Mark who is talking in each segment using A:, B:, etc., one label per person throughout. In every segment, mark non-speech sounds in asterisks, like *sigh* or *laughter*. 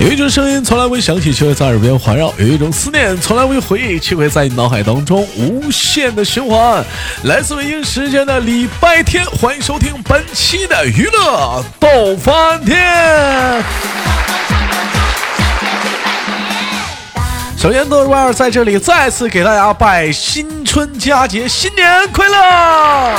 A: 有一种声音从来未响起，却会在耳边环绕；有一种思念从来未回忆，却会在你脑海当中无限的循环。来自北京时间的礼拜天，欢迎收听本期的娱乐逗翻天。首先，豆瓣儿在这里再次给大家拜新春佳节新年快乐！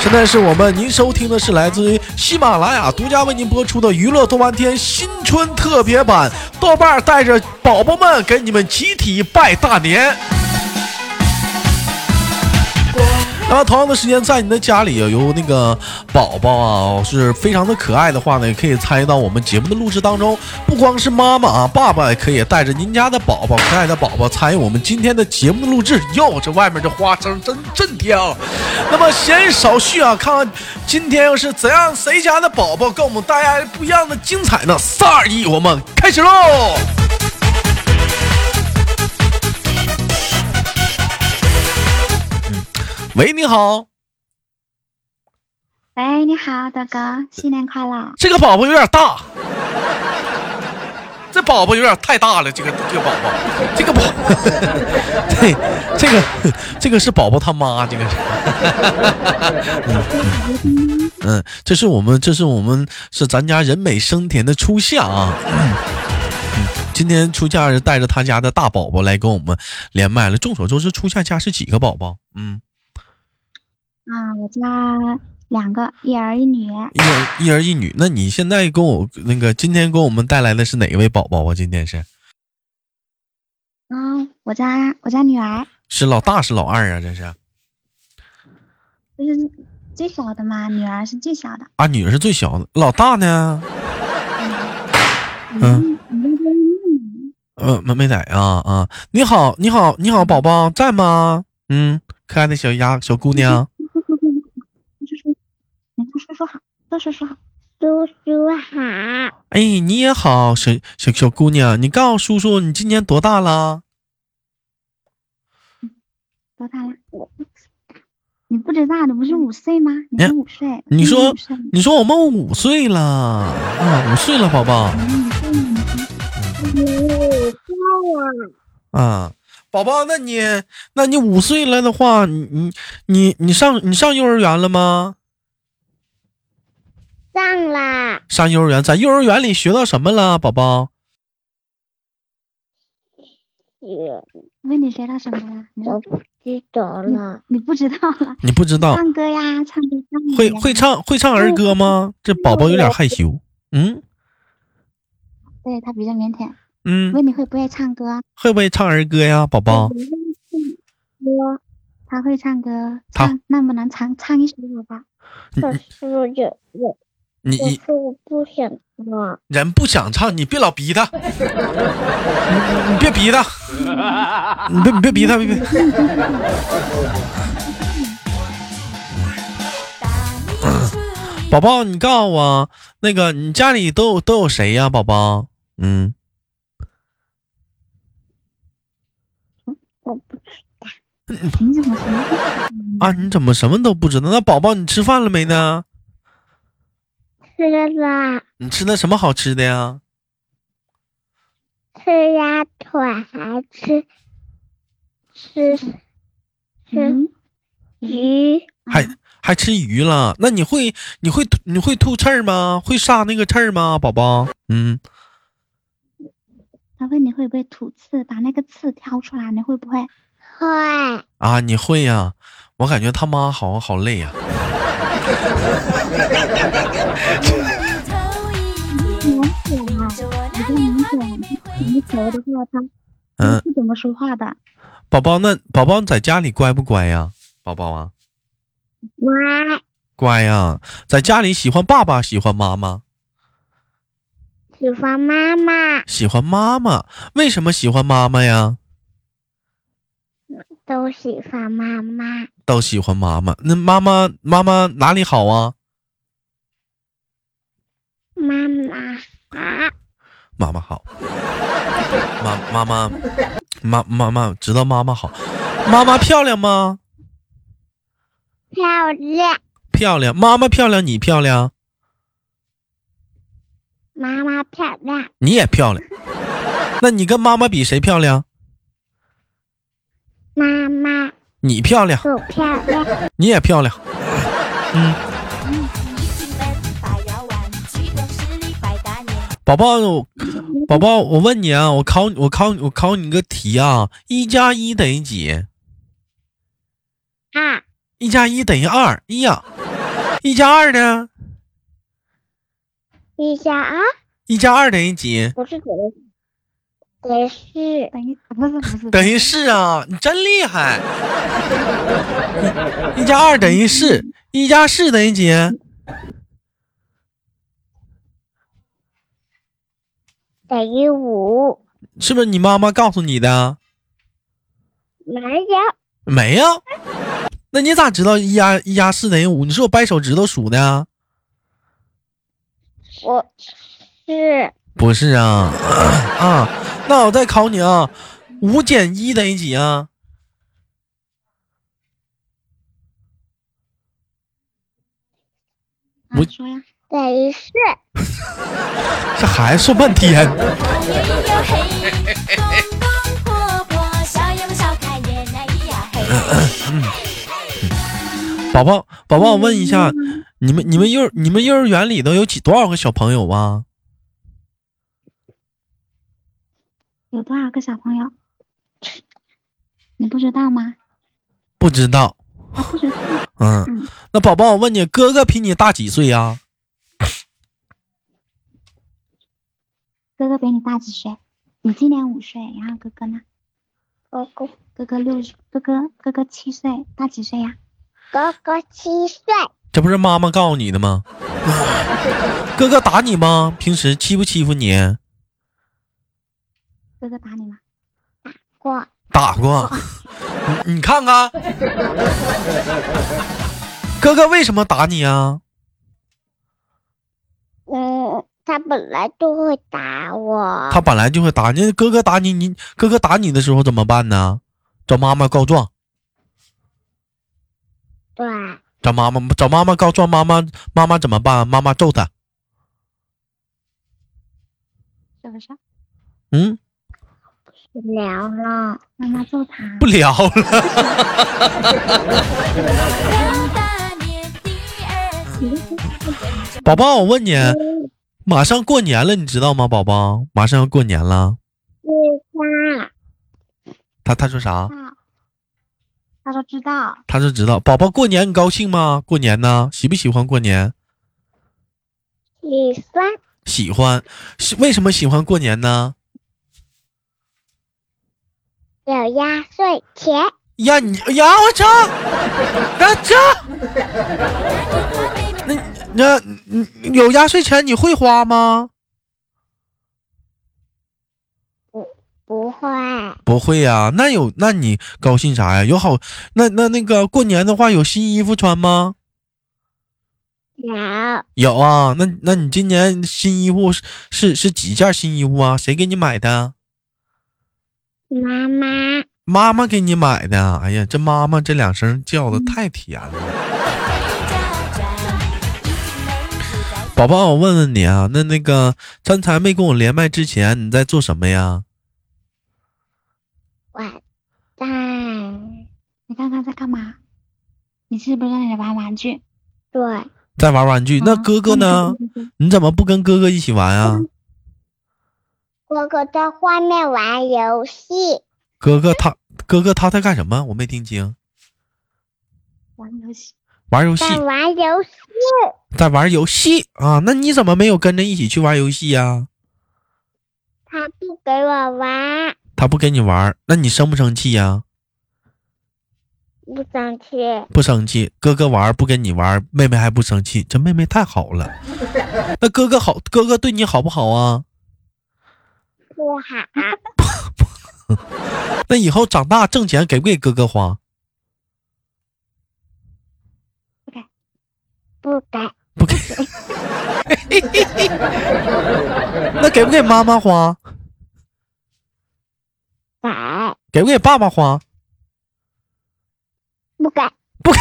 A: 现在是我们您收听的是来自于喜马拉雅独家为您播出的娱乐豆瓣天新春特别版，豆瓣儿带着宝宝们给你们集体拜大年。那么同样的时间，在你的家里啊有那个宝宝啊，是非常的可爱的话呢，也可以参与到我们节目的录制当中。不光是妈妈啊，爸爸也可以带着您家的宝宝，可爱的宝宝参与我们今天的节目的录制。哟，这外面这花声真震天啊！那么闲少叙啊，看看今天又是怎样谁家的宝宝跟我们带来不一样的精彩呢？三二一，我们开始喽！喂，你好，
B: 喂，哎你好，大哥，新年快乐！
A: 这个宝宝有点大，这宝宝有点太大了。这个这个宝宝，这个宝， *laughs* 对，这个这个是宝宝他妈，这个是，嗯嗯，这是我们这是我们是咱家人美声甜的初夏啊。嗯今天初夏是带着他家的大宝宝来跟我们连麦了。众所周知，初夏家是几个宝宝？嗯，
B: 啊，我家两个一儿一女，
A: 一儿一儿一女。那你现在跟我那个今天给我们带来的是哪一位宝宝啊？今天是
B: 啊，我家我家女儿
A: 是老大是老二啊？这是
B: 就是最小的嘛，女儿是最小的。
A: 啊，女儿是最小的，老大呢？嗯
B: 嗯，你这边嗯
A: 呃，没没在啊啊！你好，你好，你好，宝宝在吗？嗯，可爱的小丫小姑娘，
B: 叔叔叔叔叔，你跟叔叔好，跟叔叔好，叔叔好，
A: 哎，你也好，小小小姑娘，你告诉叔叔你今年多大了？
B: 多大了？我你不知道，你不是五岁吗？你是
A: 嗯
B: 五岁，
A: 你说
B: 五岁吗
A: 你说我们五岁了啊，五岁了，宝宝啊，宝宝，那你那你五岁了的话，你你你你上你上幼儿园了吗？
C: 上啦，
A: 上幼儿园，在幼儿园里学到什么了，宝宝？
C: 也
B: 问你学到什么了？你说
C: 我不记得了。
B: 你不知道了？
A: 你不知道，
B: 唱歌呀，唱歌
A: 哦
B: 唱歌
A: 会
B: 呀
A: 会唱会唱儿歌吗？这宝宝有点害羞。嗯
B: 对他比较腼腆。
A: 嗯，
B: 问你会不会唱歌？啊
A: 会不会唱儿歌呀，宝宝？
C: 我
B: 他会唱歌，
A: 他
B: 唱那么能唱唱一首歌吧？
C: 可是也我
A: 你
C: 可
A: 你
C: 是我不想了。
A: 人不想唱，你别老逼他，你你你别逼他，你别你别逼他，别别。宝宝，你告诉我，那个你家里都有都有谁呀、宝宝，嗯，
C: 我不知
B: 你怎么什么都不懂
A: 啊，你怎么什么都不知道？那宝宝，你吃饭了没呢？
C: 吃啦，
A: 你吃的什么好吃的呀？
C: 吃鸭腿还吃吃吃
B: 嗯，
C: 鱼，
A: 还还吃鱼了？那你会你会吐你会吐刺儿吗？会撒那个刺儿吗，宝宝？嗯，
B: 他问你会不会吐刺，把那个刺挑出来，你会不会？
C: 会
A: 啊，你会呀、我感觉他妈好好累呀、
B: 明显啊，我就明显，你走的话他
A: 嗯，
B: 不怎么说话的。
A: 宝宝那宝宝在家里乖不乖呀、宝宝啊，
C: 我
A: 乖呀、在家里喜欢爸爸，喜欢妈妈，
C: 喜欢妈妈
A: 喜欢妈妈。为什么喜欢妈妈呀？
C: 都喜欢妈妈，
A: 都喜欢妈妈。那妈妈妈妈哪里好啊？
C: 妈妈好，
A: 妈妈好，妈妈妈妈妈妈知道妈妈好，妈妈漂亮吗？
C: 漂亮，
A: 漂亮，妈妈漂亮，你漂亮，
C: 妈妈漂亮，
A: 你也漂亮。那你跟妈妈比谁漂亮？
C: 妈妈
A: 你漂亮，
C: 不漂亮，
A: 你也漂亮。宝宝，我宝宝，我问你啊，我考你，我考你，我考你个题啊，一加一等于几？
C: 二
A: 一加一等于二，一呀、一加二呢？
C: 一加二
A: 一加二等于几？
C: 不是等于等于是
B: 等于不是不是
A: 等于是啊，你真厉害！一一加二等于四，一加四等于几？
C: 等于五，
A: 是不是你妈妈告诉你的？
C: 没有
A: 没呀、那你咋知道一加一加四等于五？你是我掰手指头数的啊？
C: 我是
A: 不是啊，啊，那我再考你啊，五减一等于几啊？我
B: 啊说呀，
C: 等于四，
A: 这孩子说半天，宝宝，宝宝，我问一下，你们你们幼你们幼儿园里头有几多少个小朋友啊？
B: 有多少个小朋友？你不知道吗？
A: 不知道，
B: 啊，不知道，
A: 嗯，那宝宝，我问你，哥哥比你大几岁啊呀、
B: 哥哥比你大几岁？你今年五岁，然后哥哥呢？
C: 哥哥
B: 哥哥六岁，哥哥哥哥七岁，大几岁呀？
C: 哥哥七岁，
A: 这不是妈妈告诉你的吗？ *laughs* 哥哥打你吗？平时欺不欺负你？
B: 哥哥打你吗？
C: 我
A: 打过，你你看看，哥哥为什么打你啊？
C: 嗯，他本来就会打我，
A: 他本来就会打你，哥哥打你，你哥哥打你的时候怎么办呢？找妈妈告状，
C: 对，
A: 找妈妈，找妈妈告状，妈妈妈妈怎么办？妈妈揍他，
B: 是不是？
A: 嗯，
C: 聊了，
B: 妈妈揍他
A: 不。聊了。宝宝，我问你，
C: 嗯
A: 马上过年了，你知道吗？宝宝，马上要过年了。
C: 一三
A: 他他说啥？
B: 啊，他说知道，
A: 他说知道。宝宝过年你高兴吗？过年呢？喜不喜欢过年？
C: 一三，
A: 喜欢，是为什么喜欢过年呢？
C: 有压岁钱，
A: 呀你呀我操！呀这，那那你有压岁钱你会花吗？
C: 不会，
A: 不会呀、那有那你高兴啥呀？有好那那那个过年的话有新衣服穿吗？
C: 有
A: 有啊，那那你今年新衣服是是是几件新衣服啊？谁给你买的？
C: 妈妈，
A: 妈妈给你买的。哎呀，这妈妈这两声叫
C: 嗯
A: 的太甜了。宝宝，我问问你啊，那那个刚才没跟我连麦之前，你在做什么呀？
C: 我在
B: 你刚刚在干嘛？你是不是在那里玩玩具？
C: 对，
A: 在玩玩具。那
B: 啊
A: 哥哥呢？？
B: 你是
A: 你怎么不跟哥哥一起玩啊？
C: 嗯哥哥在外面玩游戏，
A: 哥哥他哥哥他在干什么？我没听清。
B: 玩游戏。
A: 玩游戏，
C: 在玩游戏，
A: 在玩游戏啊？那你怎么没有跟着一起去玩游戏呀、
C: 他不给我玩，
A: 他不跟你玩，那你生不生气呀、
C: 不生气，
A: 不生气，哥哥玩不跟你玩，妹妹还不生气，这妹妹太好了。那哥哥好，哥哥对你好不好啊？
C: 不好，
A: 那以后长大挣钱给不给哥哥花？
C: 不给，
A: 不给。 *laughs* 那给不给妈妈花？
C: 给，
A: 给不给爸爸花？
C: 不给，
A: 不给。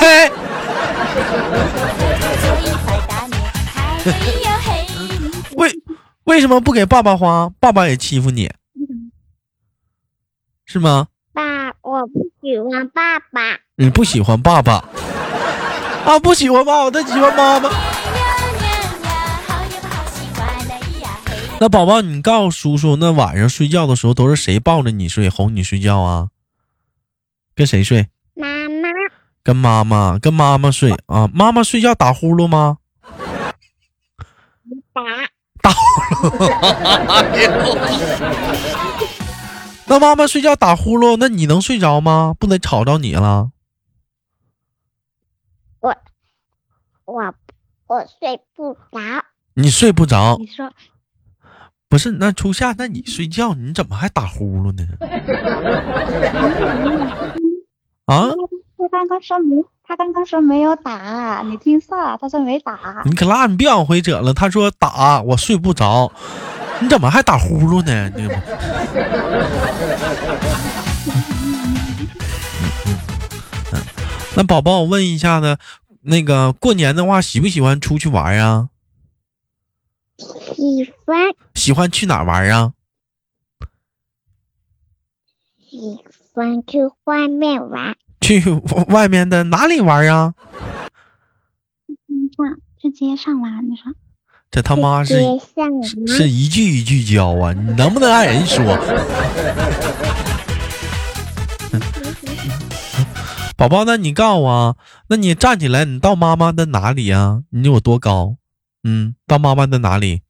A: 为为什么不给爸爸花？爸爸也欺负你是吗？
C: 爸，我不喜欢爸爸。
A: 你不喜欢爸爸啊？不喜欢爸爸，他喜欢妈妈。 *laughs* 那宝宝，你告诉叔叔，那晚上睡觉的时候都是谁抱着你睡，哄你睡觉啊？跟谁睡？
C: 妈妈，
A: 跟妈妈，跟妈妈睡啊？妈妈睡觉打呼噜吗？
C: 爸，
A: 那妈妈睡觉打呼噜，那你能睡着吗？不能吵着你了。
C: 我我睡不着。
A: 你睡不着，
B: 你说
A: 不是？那初夏，那你睡觉，你怎么还打呼噜呢？ *laughs* 啊，
B: 他刚刚说没，他刚刚说没有打，你听错了，他说没打。
A: 你可拉，你别往回整了。他说打，我睡不着，你怎么还打呼噜呢？你这不 *laughs* 那宝宝，我问一下呢，那个过年的话，喜不喜欢出去玩啊？
C: 喜欢
A: 喜欢去哪儿玩啊？
C: 喜欢去外面玩，
A: 去外面的哪里玩啊？
B: 嗯，上去街上玩，你说
A: 这他妈是
C: 街上玩，
A: 是一句一句教啊！你能不能按人说？嗯宝宝，那你告诉我啊，那你站起来，你到妈妈的哪里啊？你有多高？嗯，到妈妈的哪里？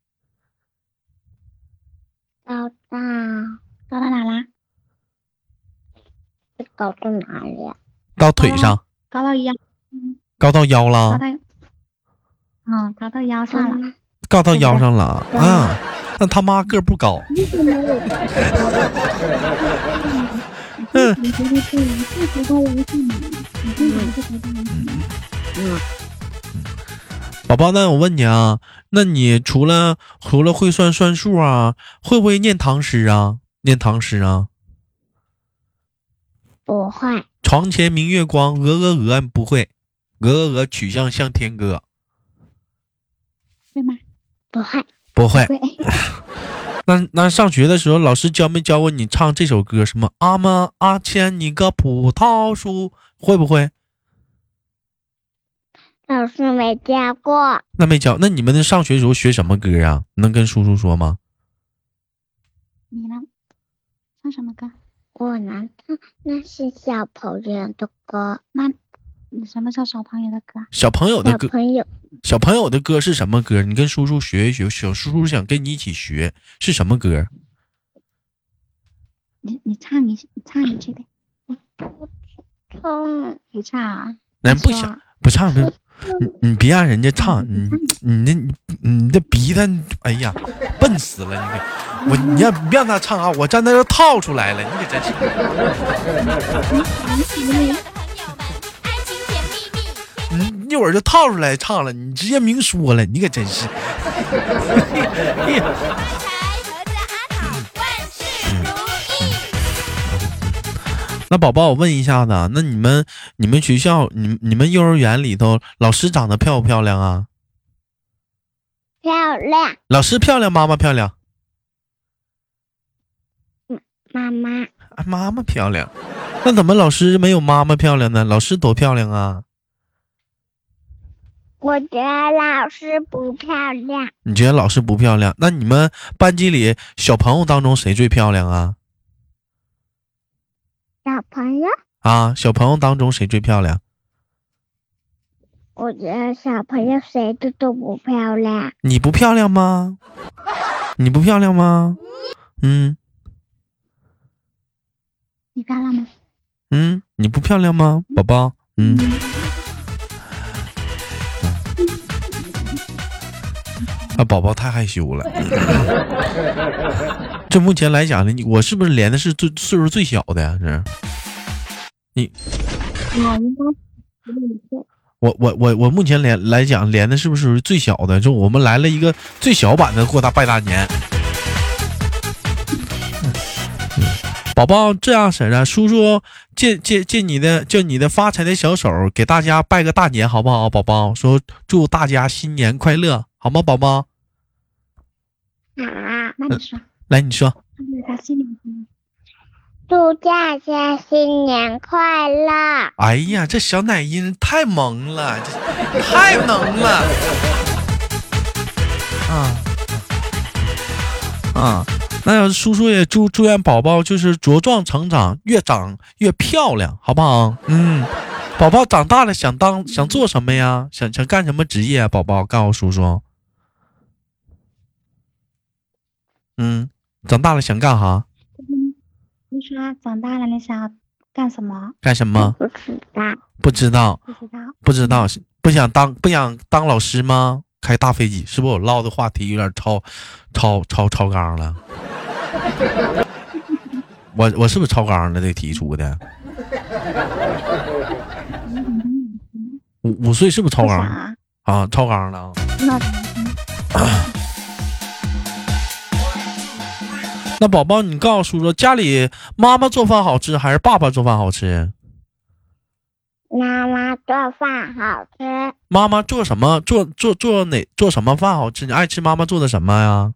C: 到到
B: 到到哪啦？
C: 搞到哪里啊？
A: 到腿上，
B: 高到腰，
A: 高到腰
B: 高
A: 了，
B: 到，嗯，高到腰上了。
A: 高到腰上了啊！那他妈个儿不高，
C: 为什么我
A: 嗯，
B: 你觉得这一次不够完善吗？你这个不够完善吗？
A: 宝宝，那我问你啊，那你除了除了会算算数啊，会不会念唐诗啊？念唐诗啊？
C: 不会？
A: 床前明月光，鹅鹅鹅，不会，鹅鹅鹅，曲项向天歌，
B: 对吗？
C: 不会？
A: 不会。
B: 对，
A: *laughs* 那那上学的时候，老师教没教过你唱这首歌？什么阿妈阿牵你个葡萄树，会不会？
C: 老师没教过，
A: 那没教。那你们上学的时候学什么歌啊？能跟叔叔说吗？
B: 你呢？唱什么歌？
C: 我能唱，那是小朋友的歌，
B: 那你什么叫小朋友的歌？
A: 小朋友的
C: 小
A: 歌，
C: 朋友
A: 小朋友的歌是什么歌？你跟叔叔学一学，小叔叔想跟你一起学是什么歌？
B: 你你唱一你唱一句呗，
C: 唱
B: 你唱啊？
A: 人
B: 你
A: 不
B: 说
A: 想不唱，不你你别让人家唱，你你那你你这鼻他，哎呀，笨死了！你给我你让你让他唱啊，我站在这套出来了，你可真是。你一会儿就套出来唱了，你直接明说了，你可真是。那宝宝，我问一下子啊，那你们你们学校你们你们幼儿园里头老师长得漂不漂亮啊？
C: 漂亮，
A: 老师漂亮，妈妈漂亮，
C: 妈妈
A: 啊、妈妈漂亮。那怎么老师没有妈妈漂亮呢？老师多漂亮啊！
C: 我觉得老师不漂亮，
A: 你觉得老师不漂亮？那你们班级里小朋友当中谁最漂亮啊？
C: 小朋友，
A: 啊，小朋友当中谁最漂亮？
C: 我觉得小朋友谁的都不漂亮，
A: 你不漂亮吗？你不漂亮吗？嗯
B: 你漂亮吗？
A: 嗯，你不漂亮吗，宝宝？嗯。啊，宝宝太害羞了。 *laughs* 这目前来讲呢，你我是不是连的是最岁数最小的呀？是
B: 我应该十五岁，
A: 我我我我目前连来讲连的是不是最小的？就我们来了一个最小版的过大拜大年。宝宝这样式儿的，叔叔借借借你的借你的发财的小手，给大家拜个大年好不好？宝宝说祝大家新年快乐，好吗？宝宝，
B: 啊，那你说，
A: 来，你说，
B: 祝大家新年快乐。
C: 祝大家新年快乐！
A: 哎呀，这小奶音太萌了，这太萌了，啊啊！那叔叔也祝祝愿宝宝就是茁壮成长，越长越漂亮，好不好？嗯，宝宝长大了想当想做什么呀？想想干什么职业啊？宝宝告诉叔叔。嗯，长大了想干哈？
B: 嗯，你说啊长大了你想要干什么？
A: 干什么？
C: 不知道，
A: 不知道。
B: 不知道。
A: 不知道，是不想当不想当老师吗？开大飞机，是不是我唠的话题有点超，超超超纲了？ *laughs* 我我是不是超纲了？这题出的，
B: 嗯，
A: 五五岁是不是超
B: 不
A: 纲
B: 想
A: 啊
B: 啊。
A: 超纲了啊！
B: 那
A: 那宝宝，你告诉叔叔，家里妈妈做饭好吃还是爸爸做饭好吃？
C: 妈妈做饭好吃，
A: 妈妈做什么做做做哪做什么饭好吃？你爱吃妈妈做的什么呀？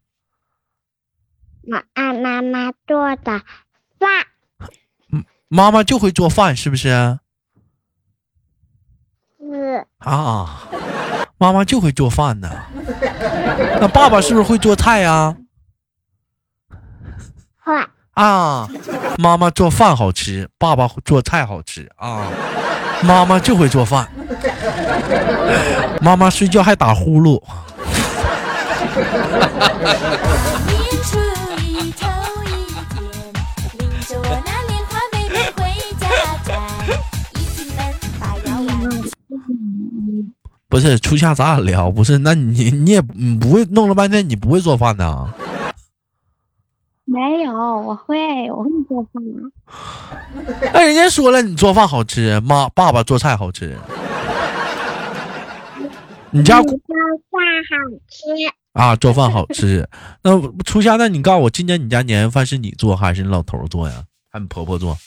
C: 我爱妈妈做的饭，
A: 妈妈就会做饭，是不是？
C: 是
A: 啊，妈妈就会做饭呢。那爸爸是不是会做菜啊呀、
C: 坏。
A: 啊？妈妈做饭好吃，爸爸做菜好吃啊。妈妈就会做饭，妈妈睡觉还打呼噜。
D: 一出一头一天，领着我那莲花妹妹回家宅，一进门把摇篮。
A: 不是，初夏咱俩聊，不是？那你你也你不会弄了半天，你不会做饭呢？
B: 没有，我会，我会做饭。
A: 哎，人家说了，你做饭好吃，妈爸爸做菜好吃。你家
C: 你做饭好吃，
A: 啊，做饭好吃。那初夏，那你告诉我，今年你家年夜饭是你做还是你老头儿做呀？还是你婆婆做？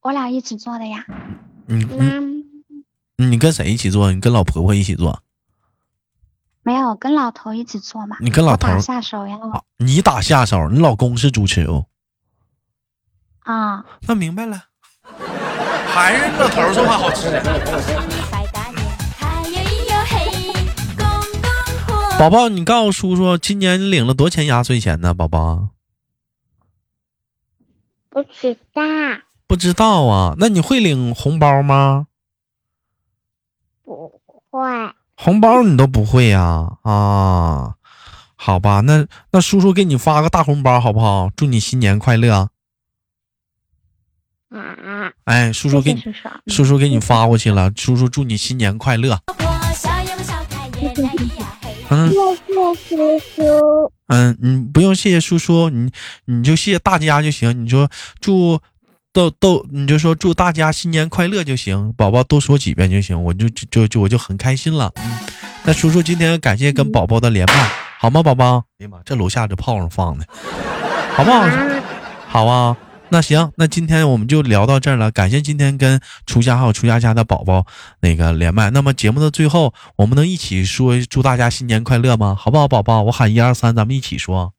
B: 我俩一起做的呀。
A: 你你
C: 妈妈
A: 你跟谁一起做？你跟老婆婆一起做？没有，跟老头一起做
B: 嘛
A: 你跟老头儿
B: 打下手呀！
A: 啊你打下手，你老公是主持哦。
B: 啊、
A: 那明白了， *laughs* 还是老头儿做饭好吃。
D: 拜大年，他呀咿哟嘿，公公火。
A: 宝宝，你告诉叔叔，今年你领了多少钱压岁钱呢？宝宝
C: 不知道，
A: 不知道啊。那你会领红包吗？
C: 不会，啊
A: 红包你都不会呀、啊？好吧，那那叔叔给你发个大红包好不好？祝你新年快乐！
C: 啊，
A: 哎，叔
B: 谢
A: 叔给
B: 谢
A: 你
B: 叔叔。
A: 叔叔给你发过去了，叔叔祝你新年快乐！
D: 我小呀我小看人，哎咿呀嘿。
A: 嗯
C: 谢谢叔叔，
A: 嗯，你不用谢谢叔叔，你你就谢谢大家就行。你说祝豆豆，你就说祝大家新年快乐就行，宝宝多说几遍就行，我就就就就我就很开心了。嗯，那叔叔今天感谢
B: 嗯
A: 跟宝宝的连麦，好吗，宝宝？哎呀妈，这楼下这炮仗放的，好不好？
C: 啊，
A: 好啊，那行，那今天我们就聊到这儿了。感谢今天跟楚家还有楚家家的宝宝那个连麦。那么节目的最后，我们能一起说祝大家新年快乐吗？好不好，宝宝？我喊一二三，咱们一起说。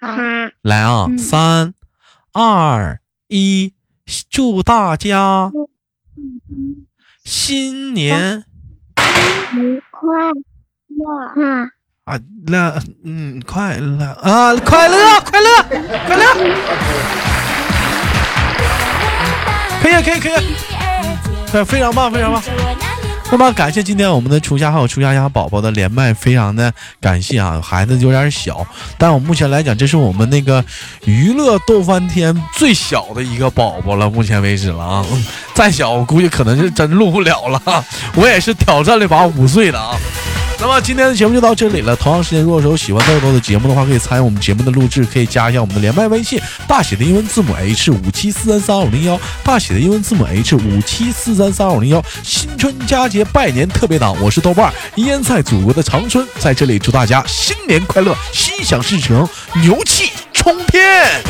B: 好，
C: 啊，
A: 来啊，
B: 嗯
A: 三二一，祝大家新年
C: 愉快乐啊，
A: 啊乐，嗯，快乐啊，快乐，快乐，快乐，可以，可以，可啊以，
D: 第二天，
A: 可以非常棒，非常棒。
D: 着我那莲花
A: 那么感谢今天我们的厨家还有厨家家宝宝的连麦，非常的感谢啊！孩子有点小，但我目前来讲，这是我们那个娱乐逗翻天最小的一个宝宝了，目前为止了啊！嗯再小我估计可能是真录不了了，我也是挑战了一把五岁的啊。那么今天的节目就到这里了。同样时间，如果说有喜欢豆豆的节目的话，可以参与我们节目的录制，可以加一下我们的连麦微信，大写的英文字母 H 五七四三三二五零幺，大写的英文字母 H 五七四三三二五零幺。新春佳节拜年特别档，我是豆瓣儿，依然在祖国的长春，在这里祝大家新年快乐，心想事成，牛气冲天。